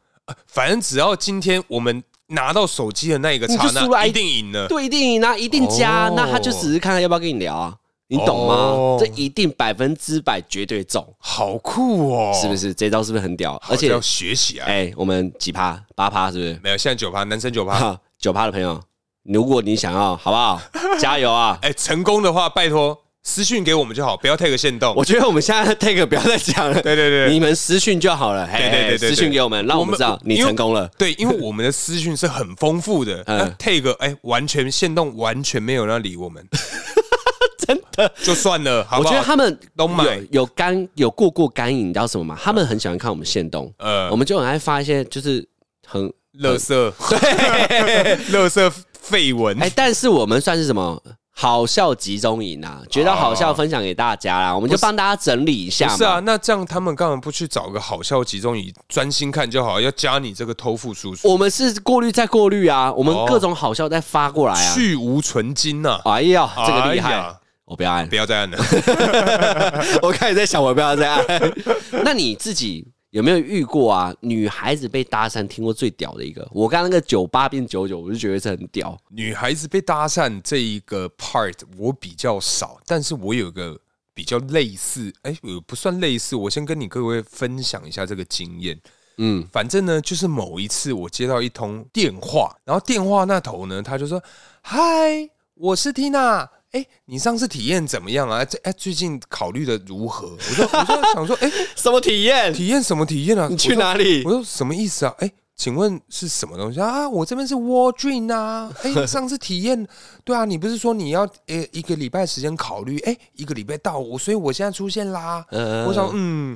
反正只要今天我们拿到手机的那一个刹
你就输了
那，
哎
一定赢 了。
对，一定赢啊，一定加啊、
哦
那他就只是看看要不要跟你聊啊，你懂吗？
哦
这一定百分之百绝对中，
好酷哦！
是不
是？
是？这招是不是很屌？而且哎
要，学起来。啊
哎、我们几趴？八趴是不是？
没有，现在九趴，男生九趴，
哈，九趴的朋友，如果你想要，好不 好？加油啊！
哎，成功的话，拜托私讯给我们就好，不要 take 限动。
我觉得我们现在 take 不要再讲了，
对对对
你们私讯就好了，
对
嘿
对对对对
私讯给我们，让我们知道你
因为
成功了。
对，因为我们的私讯是很丰富的，
嗯
那 tag 哎，完全限动完全没有人要理我们，
真的，
就算了，好
我
不好？
觉得他们
都买
有有干有过过干瘾，你知道什么吗？他们很喜欢看我们现动，
呃
我，们就很爱发一些就是很
垃圾，对，垃圾绯闻，
哎，但是我们算是什么？好笑集中营啊，觉得好笑分享给大家啦，我们就帮大家整理一下
哦不
嘛。
是啊，那这样他们干嘛不去找个好笑集中营专心看就好？要加你这个偷富叔叔，
我们是过滤再过滤啊，我们
哦
各种好笑再发过来啊。
去无存金呐、
哎呀，这个厉
哦哎
害
呀！
我不要按
不，要再按了。
我开始在想，我不要再按。 那你自己有没有遇过啊？女孩子被搭讪，听过最屌的一个，我刚刚那个九八变九九，我就觉得这很屌。
女孩子被搭讪这一个 part 我比较少，但是我有个比较类似，哎、我不算类似，我先跟你各位分享一下这个经验。
嗯，
反正呢，就是某一次我接到一通电话，然后电话那头呢，他就说：“嗨，我是 Tina，哎、你上次体验怎么样啊？这哎、最近考虑的如何？”我就我就想说：“哎、
什么体验？
体验什么体验啊？
你去哪里
我说？我说什么意思啊？哎、请问是什么东西啊？我这边是 War Dream 啊。哎、 上次体验，对啊，你不是说你要呃、一个礼拜时间考虑？哎、一个礼拜到我，所以我现在出现啦。
嗯
我想，嗯，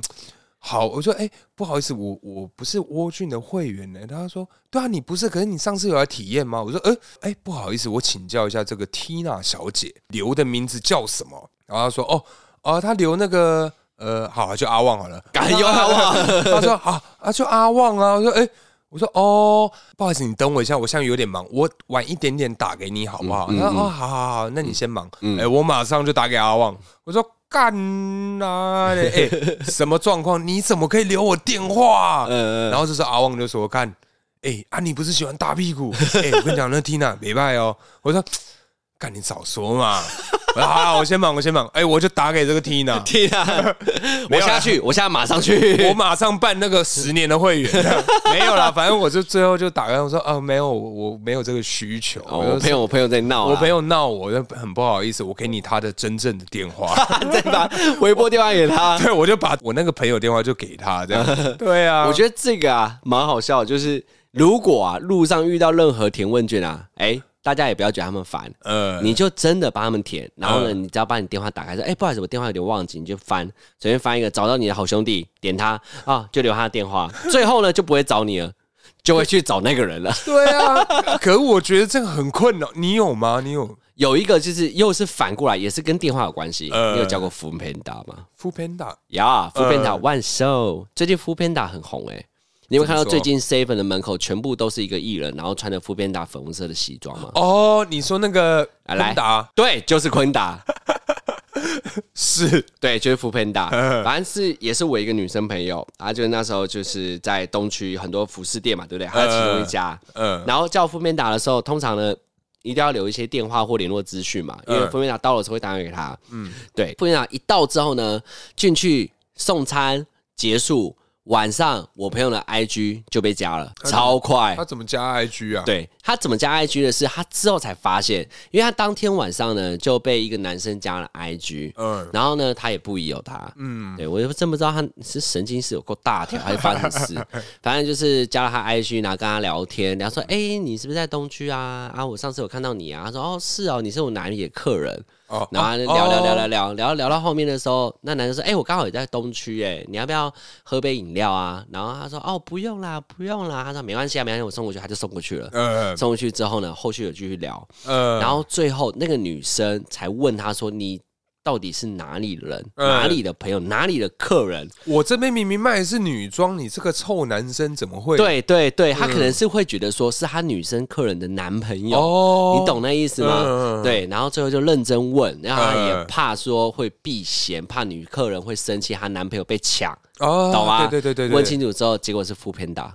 好，我说，哎、不好意思，我我不是 War Dream 的会员呢、他说，对啊，你不是，可是你上次有来体验吗？我说，呃，哎、不好意思，我请教一下这个 Tina 小姐留的名字叫什么？然后他说，哦，哦、她留那个。呃，好，就阿旺好了。
敢有阿旺
他说啊啊，就阿旺啊。我说哎、我说哦，不好意思，你等我一下，我现在有点忙，我晚一点点打给你好不
嗯
好？他说哦，好好好，那你先忙。哎、我马上就打给阿旺。我说干 啦嘞，哎、什么状况？你怎么可以留我电话？
嗯
然后这时候阿旺就说：“干，哎、啊，你不是喜欢大屁股？哎、我跟你讲，那 Tina 没拜哦。”我说：“干，你早说嘛！”我说：“好，我先忙，我先忙。哎、我就打给这个 Tina。”
天啊！
没有
我
啦
下去，我现在马上去。
我马上办那个十年的会员， 没有啦，反正我就最后就打开我说啊，没有，我我没有这个需求，我
哦我
就
朋友，我朋友在闹啦，啊
我朋友闹我，就很不好意思，我给你他的真正的电 话，
再把微波电话给他。
对，我就把我那个朋友电话就给他，这 样，对啊，
我觉得这个啊，蛮好笑的。就是如果啊，路上遇到任何填问卷啊，哎，大家也不要觉得他们烦，
得呃，
你就真的帮他们填。然后呢，你只要把你电话打开，说，哎，不好意思，我电话有点忘记，你就翻，随便翻一个，找到你的好兄弟，点他啊，就留他的 电话。最后呢，就不会找你了，就会去找那个人了。
对啊， 可我觉得这个很困扰，你有吗？你有
有一个就是又是反过来，也是跟电话有关系。
呃
你有教过福 o o Panda 吗？
f o o Panda
呀、福 f o o
呃
Panda 万寿，最近 f o o Panda 很红哎、你有没有看到
怎么说
最近 Seven 的门口全部都是一个艺人，然后穿着 f o o Panda 粉红色的西装吗？
哦，你说那个
啊来
昆达
对，就是昆达，
是
对，就是 f o o Panda，反
嗯
正是也是我一个女生朋友，啊，就那时候就是在东区很多服饰店嘛，对不对？还有其中一家，
呃
然后叫 f o o Panda 的时候，通常呢。一定要留一些电话或联络资讯嘛，因为
嗯
f o o Panda 到了时候会打电话给他。嗯，对 f o o Panda 一到之后呢，进去送餐结束，晚上我朋友的 IG 就被加了，超快
啊他。怎么加 IG 啊？
对他怎么加 IG 的是，他之后才发现，因为他当天晚上呢就被一个男生加了 IG，
嗯
然后呢他也不疑有他，嗯，对我就真不知道他是神经是有够大条还是发生什么事，反正就是加了他 IG，然后跟他聊天，然后说，哎、你是不是在东区啊？啊，我上次有看到你啊，他说，哦，是哦，你是我哪里的客人。
哦
然后他就聊聊聊聊聊聊聊到后面的时候，那男生说：“哎、我刚好也在东区，哎，你要不要喝杯饮料啊？”然后他说：“哦，不用啦，不用啦。”他说：“没关系啊，没关系，我送过去。”他就送过去了。
呃
送过去之后呢，后续有继续聊，
呃，
然后最后那个女生才问他说：“你到底是哪里人？
嗯
哪里的朋友？哪里的客人
我这边明明卖的是女装，你这个臭男生怎么？”会？
对对对，
嗯
他可能是会觉得说是他女生客人的男朋友，
哦，
你懂那意思
嗯嗯
吗？
嗯
对，然后最后就认真问，然后他
嗯
也怕说会避嫌，怕女客人会生气，她男朋友被抢，
哦，
懂吗？
对对对对对，嗯
问清楚之后，结果是副偏打。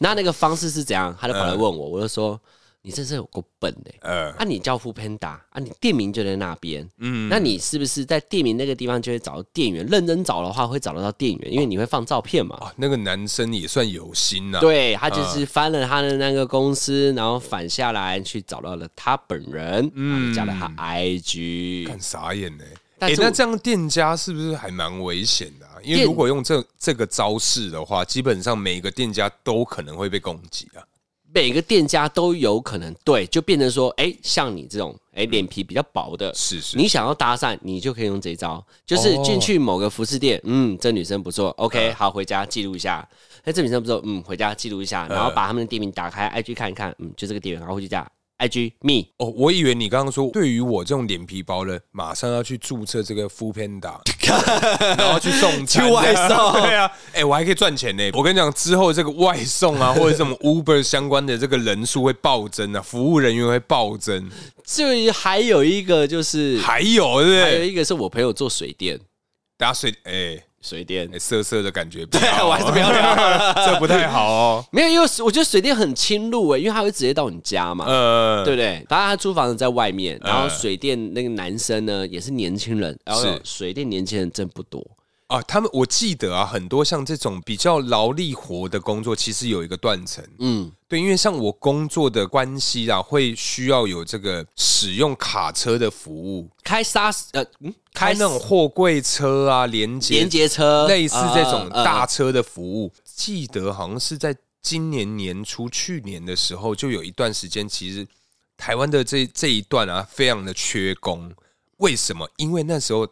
那那个方式是怎样？他就跑来问我，我就说：“你真是有够笨的、
呃，
啊，你叫 f o o Panda 啊，你店名就在那边，
嗯，
那你是不是在店名那个地方就会找到店员？认真找的话，会找得到店员，因为你会放照片嘛。
啊，那个男生也算有心呐、，
对他就是翻了他的那个公司，然后反下来去找到了他本人，嗯，加了他 IG，
看傻眼呢、欸。
但
哎、
是我
那这样店家是不是还蛮危险的、啊？因为
店
如果用这这个招式的话，基本上每个店家都可能会被攻击啊。
每个店家都有可能对，就变成说，哎、像你这种哎
嗯
脸、皮比较薄的，
是是，
你想要搭讪，你就可以用这一招，就是
哦嗯
进去某个服饰店，嗯，这女生不错，OK，好，回家记录一下。哎，这女生不错，嗯，回家记录一下，然后把他们的店名打开，IG 看一看，嗯，就这个店员，然后回去加 IG me，
哦，我以为你刚刚说，对于我这种脸皮薄的，马上要去注册这个 f o o Panda，然后去送餐
去外送
对啊，哎、我还可以赚钱呢。我跟你讲，之后这个外送 啊，或者什么 Uber 相关的这个人数会暴增啊，服务人员会暴增。
至于还有一个就是，
还有，对不
还有
对？
一个是我朋友做水电，
大家睡，哎、
水电
哎、，色色的感觉不好
对
哦，
我还是不要聊了
这不太好 哦。
没有，因为我觉得水电很侵入欸诶、因为他会直接到你家嘛。
呃，
对不对？当然，他租房子在外面，然后水电那个男生呢也是年轻人，然后
嗯是
水电年轻人真不多，
啊，他们我记得啊，很多像这种比较劳力活的工作，其实有一个断层。
嗯，
对，因为像我工作的关系啊，会需要有这个使用卡车的服务，
开沙呃，嗯，
开那种货柜车啊，连接
连接车，
类似这种
呃
大车的服务。记得好像是在今年年初、去年的时候，就有一段时间，其实台湾的这这一段啊，非常的缺工。为什么？因为那时候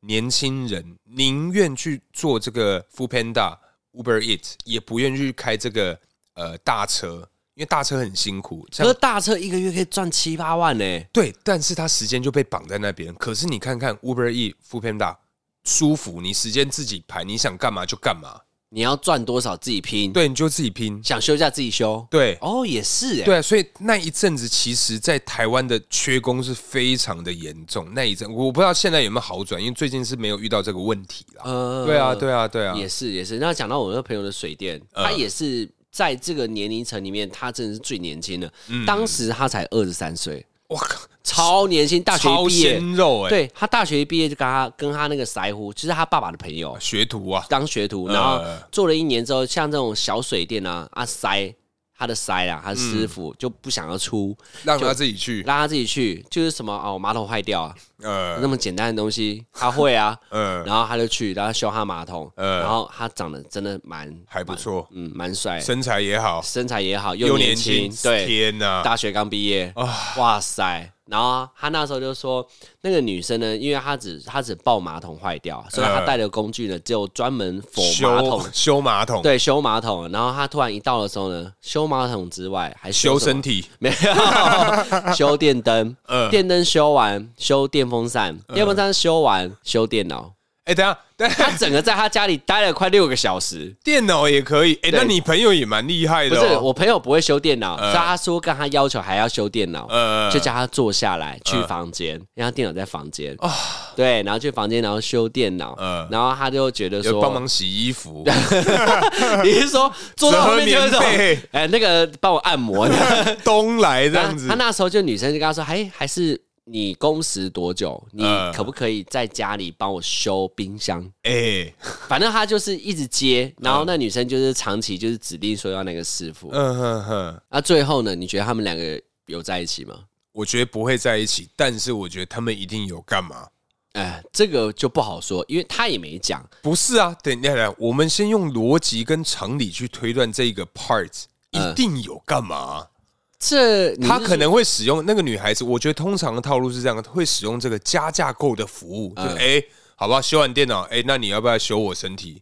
年轻人宁愿去做这个 f o o Panda、Uber Eat，也不愿意去开这个呃大车，因为大车很辛苦。
呃可
像
是大车一个月可以赚七八万呢、
对，但是他时间就被绑在那边。可是你看看 Uber E、f o o Panda 舒服，你时间自己排，你想干嘛就干嘛。
你要赚多少自己拼，，
对，你就自己拼。
想休假自己休，
对
哦，也是、欸，，
对，啊所以那一阵子，其实，在台湾的缺工是非常的严重。那一阵，我不知道现在有没有好转，因为最近是没有遇到这个问题啦。
呃
对啊，对啊，对啊，呃
也是也是。那讲到我那个朋友的水电，他也是在这个年龄层里面，他真的是最年轻的，当时他才二十三岁，
嗯哇靠，
超年轻，大学一
超
毕业。
鲜肉哎、
对他大学一毕业就跟他跟他那个腮胡，就是他爸爸的朋友，
学徒啊，
当学徒，
呃
然后做了一年之后，像这种小水电啊，啊塞他的塞啊，他师
嗯
傅就不想要出，
让他自己去，
让他自己去，就是什么哦，马桶坏掉啊，
呃
那么简单的东西他会啊，
呃，
然后他就去，然后修他马桶，
呃
然后他长得真的蛮
还不，错，
蛮嗯，蛮帅，
身材也好，
身材也好，
又
又
年
年
轻
轻，，对，
天啊哪、
大学刚毕业，哇塞！然后他那时候就说，那个女生呢，因为她只她只抱马桶坏掉，所以她带的工具呢，只有专门否马桶
嗯修修马桶，
对，修马桶。然后他突然一到的时候呢，修马桶之外还
修
什么
身嗯体，
没有 修 电灯，电灯修完修电风扇，
嗯
电风扇修完修电 脑。
哎、等一下，等一下
他整个在他家里待了快六个小时。
电脑也可以，哎、
对
那你朋友也蛮厉害
不
的、
是
哦，嗯
我朋友不会修电脑，所以他说跟他要求还要修电脑，
呃
就叫他坐下来去
嗯
房间，因为他电脑在房间
哦
对，然后去房间，然后修电脑，
呃
然后他就觉得
有
说，
帮忙洗衣服，
你是说坐到后面就有一种
折棉被，
哎，那个帮我 按摩的，
东来这
然
样
后
子
他，那时候就女生就跟他说：“哎，还是你工时多久？你
呃
可不可以在家里帮我修冰箱？”
哎、
反正他就是一直接，然后那女生就是长期就是指定说要那个师傅。
嗯哼哼，
那最后呢？你觉得他们两个有在一起吗？
我觉得不会在一起，但是我觉得他们一定有干嘛？
哎，这个就不好说，因为他也没讲。
不是啊，等一下来，我们先用逻辑跟常理去推断这个 part 一定有干嘛？
这你
他
是
可能会使用那个女孩子，我觉得通常的套路是这样，会使用这个加价购的服务，就哎、好吧，修完电脑，哎、那你要不要修我身体？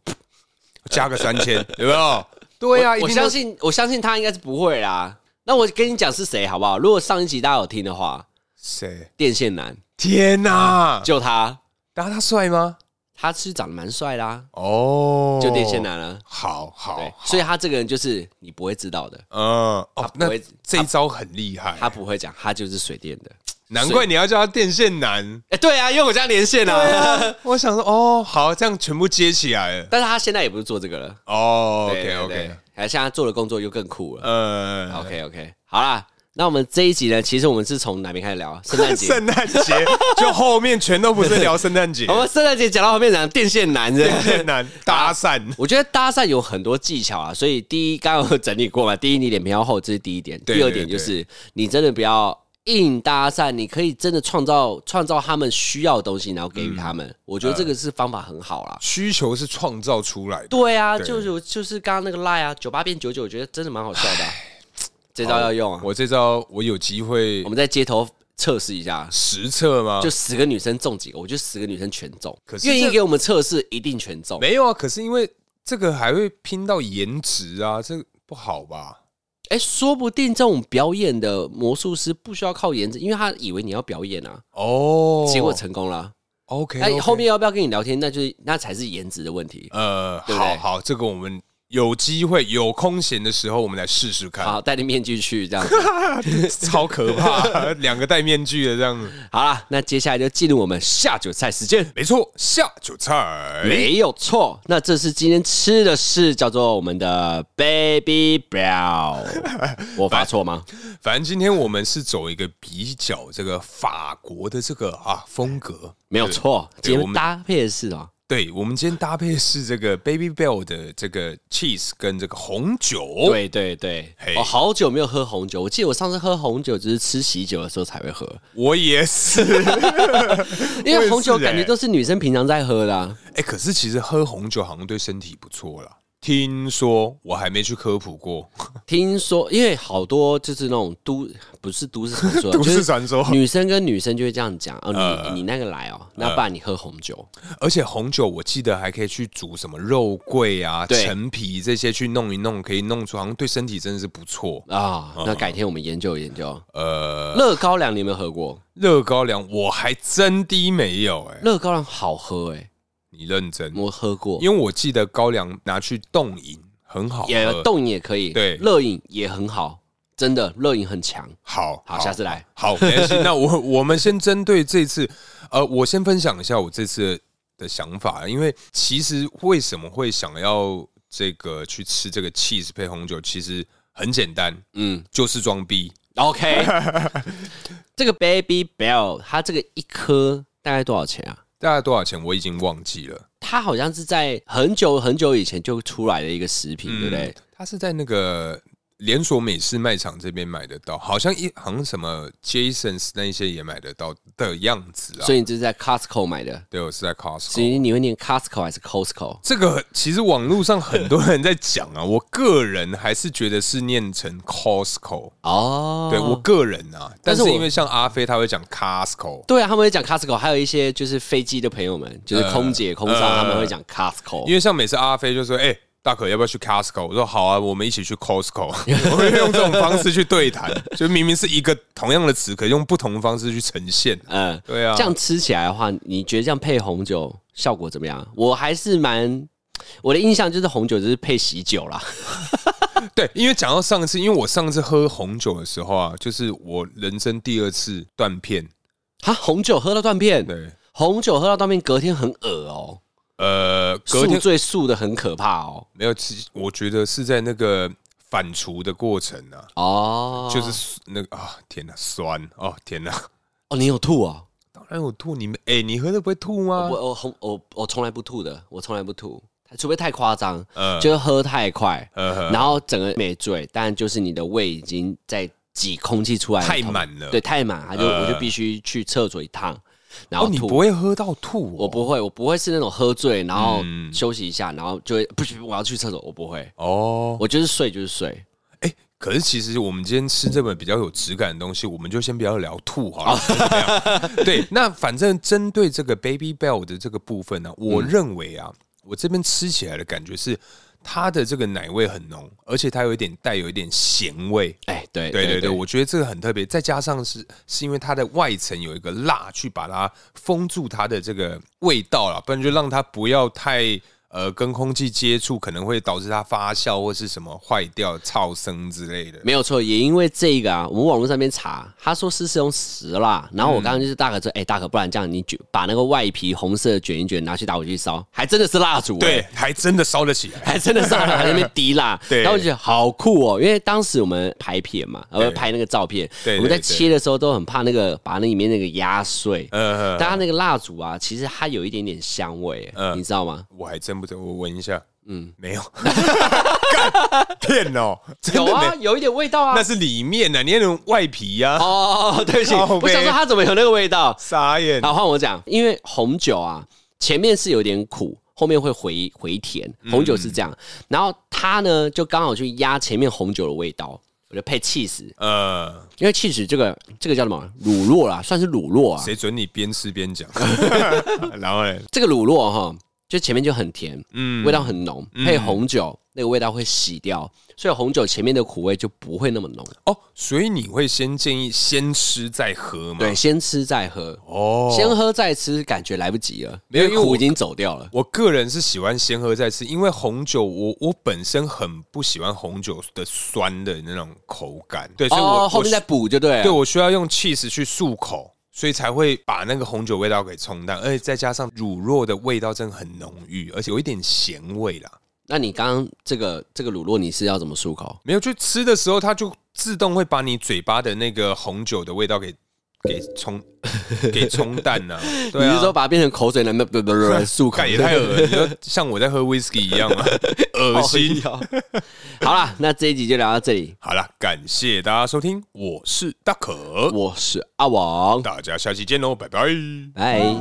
加个三千，有没有？对啊，一
我
定都
相信，我相信他应该是不会啦。那我跟你讲是谁好不好？如果上一集大家有听的话，
谁？
电线男
天哪、
就他，
打他帅吗？
他是长得蛮帅啦，
哦，
就电线男啊。
好
对
好，，
所以他这个人就是你不会知道的，
嗯，
他
哦，
不
那
会
这一招很厉害，
他不会讲，他就是水电的。
难怪你要叫他电线男。
哎，对啊，因为我这样连线啊。
我想说，哦，好，这样全部接起来了。
但是他现在也不是做这个了。
哦
对
，OK
对对
OK，
还现在做的工作又更酷了。
呃
OK OK，好啦，那我们这一集呢，其实我们是从哪边开始聊啊？ 圣诞节。
圣诞节就后面全都不是聊圣 诞节
我，们圣诞节讲到后面讲电线男人。
很 难搭讪。
我觉得搭讪有很多技巧啊，所以第一，刚刚有整理过嘛， 第一你脸皮要厚，这是第一点；
对
第二点就是你真的不要硬搭讪，你可以真的创造创造他们需要的东西，然后给予他们。我觉得这个是方法很好啦。啊
需求是创造出来的，
对啊，
嗯对
就是就是刚刚那个 lie 啊，九八变九九，我觉得真的蛮好笑的啊、 这招要用啊！
我这招我有机会
我们在街头测试一下，
实测吗？
就十个女生中几个，我觉得十个女生全中
可，是这
愿意给我们测试一定全中。
没有啊，可是因为这个还会拼到颜值啊，这个不好吧？
哎、说不定这种表演的魔术师不需要靠颜值，因为他以为你要表演啊，
哦，
结果成功了。
OK，
那、哎后面要不要跟你聊天，那就是那才是颜值的问题。
呃，
对不
好
对
好，这个我们有机会有空闲的时候，我们来试试看。
好，戴着面具去这样子。
超可怕， 两个戴面具的这样子。
好啦，那接下来就进入我们下酒菜时间。
没错，下酒菜。
没有错，那这次今天吃的是叫做我们的 baby brow，我发错吗？
反正今天我们是走一个比较这个法国的这个啊风格，
没有错，今
我
天
们
搭配的是哦，
对，我们今天搭配的是这个 Baby Bell 的这个 cheese 跟这个红酒。，
对对对
哦嘿，
我好久没有喝红酒，我记得我上次喝红酒就是吃喜酒的时候才会喝，
我也是。 我
因
也
为
是
红酒感觉
欸
都是女生平常在喝的啊、
哎、可是其实喝红酒好像对身体不错啦。听说我还没去科普过，
听说，因为好多就是那种都不是都市传 说，啊
都
就
市
是
传说。呃
女生跟女生就会这样讲哦，你、你那个来哦，那不然你喝红酒，
而且红酒我记得还可以去煮什么肉桂啊、
对
陈皮这些去弄一弄，可以弄出好像对身体真的是不错。
啊、那改天我们研究研究。
呃，
乐高粱你有没有喝过？
热高粱我还真的没有哎、
乐高粱好喝哎、
你认真？
我喝过，
嗯因为我记得高粱拿去冻饮很好喝，
也冻饮也可以，
对
热饮也很好，真的热饮很强。
好
好，下次来。
好，没关系。那我我们先针对这次，呃，我先分享一下我这次的想法，因为其实为什么会想要这个去吃这个 cheese 配红酒，其实很简单，
嗯
就是装逼。
，OK。这个 Baby Bell 它这个一颗大概多少钱啊？
大概多少钱我已经忘记了，
它好像是在很久很久以前就出来的一个食品，
嗯
对不对？
它是在那个连锁美式卖场这边买得到，好像一好像什么 Jasons 那一些也买得到的样子啊
所。以你这是在 Costco 买的，
对，我是在 Costco。
所以你会念 Costco 还是 Costco？
这个其实网络上很多人在讲啊，我个人还是觉得是念成 Costco，
哦，
对我个人啊，但
但是
是
我
因为像阿飞他会讲 Costco，
对啊，他们会讲 Costco，还有一些就是飞机的朋友们，就是空姐、空少，
呃
他们会讲 Costco。
因为像每次阿飞就说，哎、大可要不要去 Costco？我说好啊，我们一起去 Costco。我 们用这种方式去对谈， 就明明是一个同样的词，可以用不同的方式去呈现。
嗯，
对啊，
这样吃起来的话，你觉得这样配红酒效果怎么样？我还是蛮，我的印象就是红酒就是配喜酒啦。
对，因为讲到上次，因为我上次喝红酒的时候啊，就是我人生第二次断片。
哈，红酒喝到断片，
对，
红酒喝到断片，隔天很恶哦、
呃，隔
宿
天
醉宿的很可怕哦、
没有，其实我觉得是在那个反刍的过程啊，
哦，
就是酸那个啊，天哪，酸哦，天哪！
哦，你有吐啊、
当然有吐，你们哎、你喝的不会吐吗？
我我红我我从来不吐的，我从来不吐，除非太夸张，
呃
就是喝太快，
呃，
然后整个没醉，但就是你的胃已经在挤空气出来，
太满了
对，太满，他就、
呃
我就必须去厕所一趟，然
哦
后，
你
吐。
不会喝到吐、哦，
我不会，我不会是那种喝醉然后
嗯
休息一下，然后就会不行，我要去厕所，我不会，
哦，
我就是睡就是睡。
哎、可是其实我们今天吃这本比较有质感的东西，我们就先不要聊吐好 了。怎么样对，那反正针对这个 Baby Bell 的这个部分
嗯
呢、我认为啊，我这边吃起来的感觉是它的这个奶味很浓，而且它有一点带有一点咸味。
哎，对
对对对，我觉得这个很特别，再加上是是因为它的外层有一个蜡去把它封住它的这个味道了，不然就让它不要太呃跟空气接触可能会导致它发酵或是什么坏掉、噪声之类的。
没有错，也因为这个啊，我们网络上面查，他说是是用石蜡，然后我刚刚就是大可
嗯
说，哎、大可，不然这样，你卷把那个外皮红色的卷一卷，拿去打火机烧，还真的是蜡烛、
对
哎，，
还真的烧得起 来。
还真的是蜡烛还在那边滴蜡，
对
然后我就觉得好酷哦，因为当时我们拍片嘛，呃，
对
拍那个照片，
对对
我们在
对
切的时候都很怕那个把那里面那个压碎，
呃，
但它那个蜡烛啊，其实它有一点点香味、哎
嗯
你知道吗？
我还真不知道，我闻一下。嗯，没有， 干骗哦，真的
有
没
啊，有一点味道啊
那。是里面呢、你那种外皮呀、
哦，对不起，
靠
我想
背
说它怎么有那个味道？
傻眼。
好，换我讲，因为红酒啊，前面是有点苦，后面会回回甜，
嗯
红酒是这样。然后它呢，就刚好去压前面红酒的味道，我就配 cheese，
呃，
因为 cheese 这个这个叫什么乳酪啦，算是乳酪啊。
谁准你边吃边 讲？ 然后嘞，
这个乳酪哈，就前面就很甜，
嗯
味道很浓，配红酒那个味道会洗掉，所以红酒前面的苦味就不会那么浓。
哦，所以你会先建议先吃再喝吗？
对，，先吃再喝。
啊哦，
先喝再吃，感觉来不及了，
没有因为
苦
我
已经走掉了。
我个人是喜欢先喝再吃，因为红酒我我本身很不喜欢红酒的酸的那种口感，对，所以我、
哦，后面再补就对了。
我对我需要用 cheese 去漱口。所以才会把那个红酒味道给冲淡，而且再加上乳酪的味道真的很浓郁，而且有一点咸味啦。
那你刚刚这个这个乳酪你是要怎么漱口？
没有，就吃的时候它就自动会把你嘴巴的那个红酒的味道给给冲给冲淡呢、啊。对
你是说
啊，
把它变成口水来，不不不不漱口？
干也太恶心，你说像我在喝 whisky 一样啊，恶心。
哦。好啦，那这一集就聊到这里。
好了，感谢大家收听，我是大可，
我是阿王，
大家下期见哦喽，拜拜。
拜。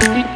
Thank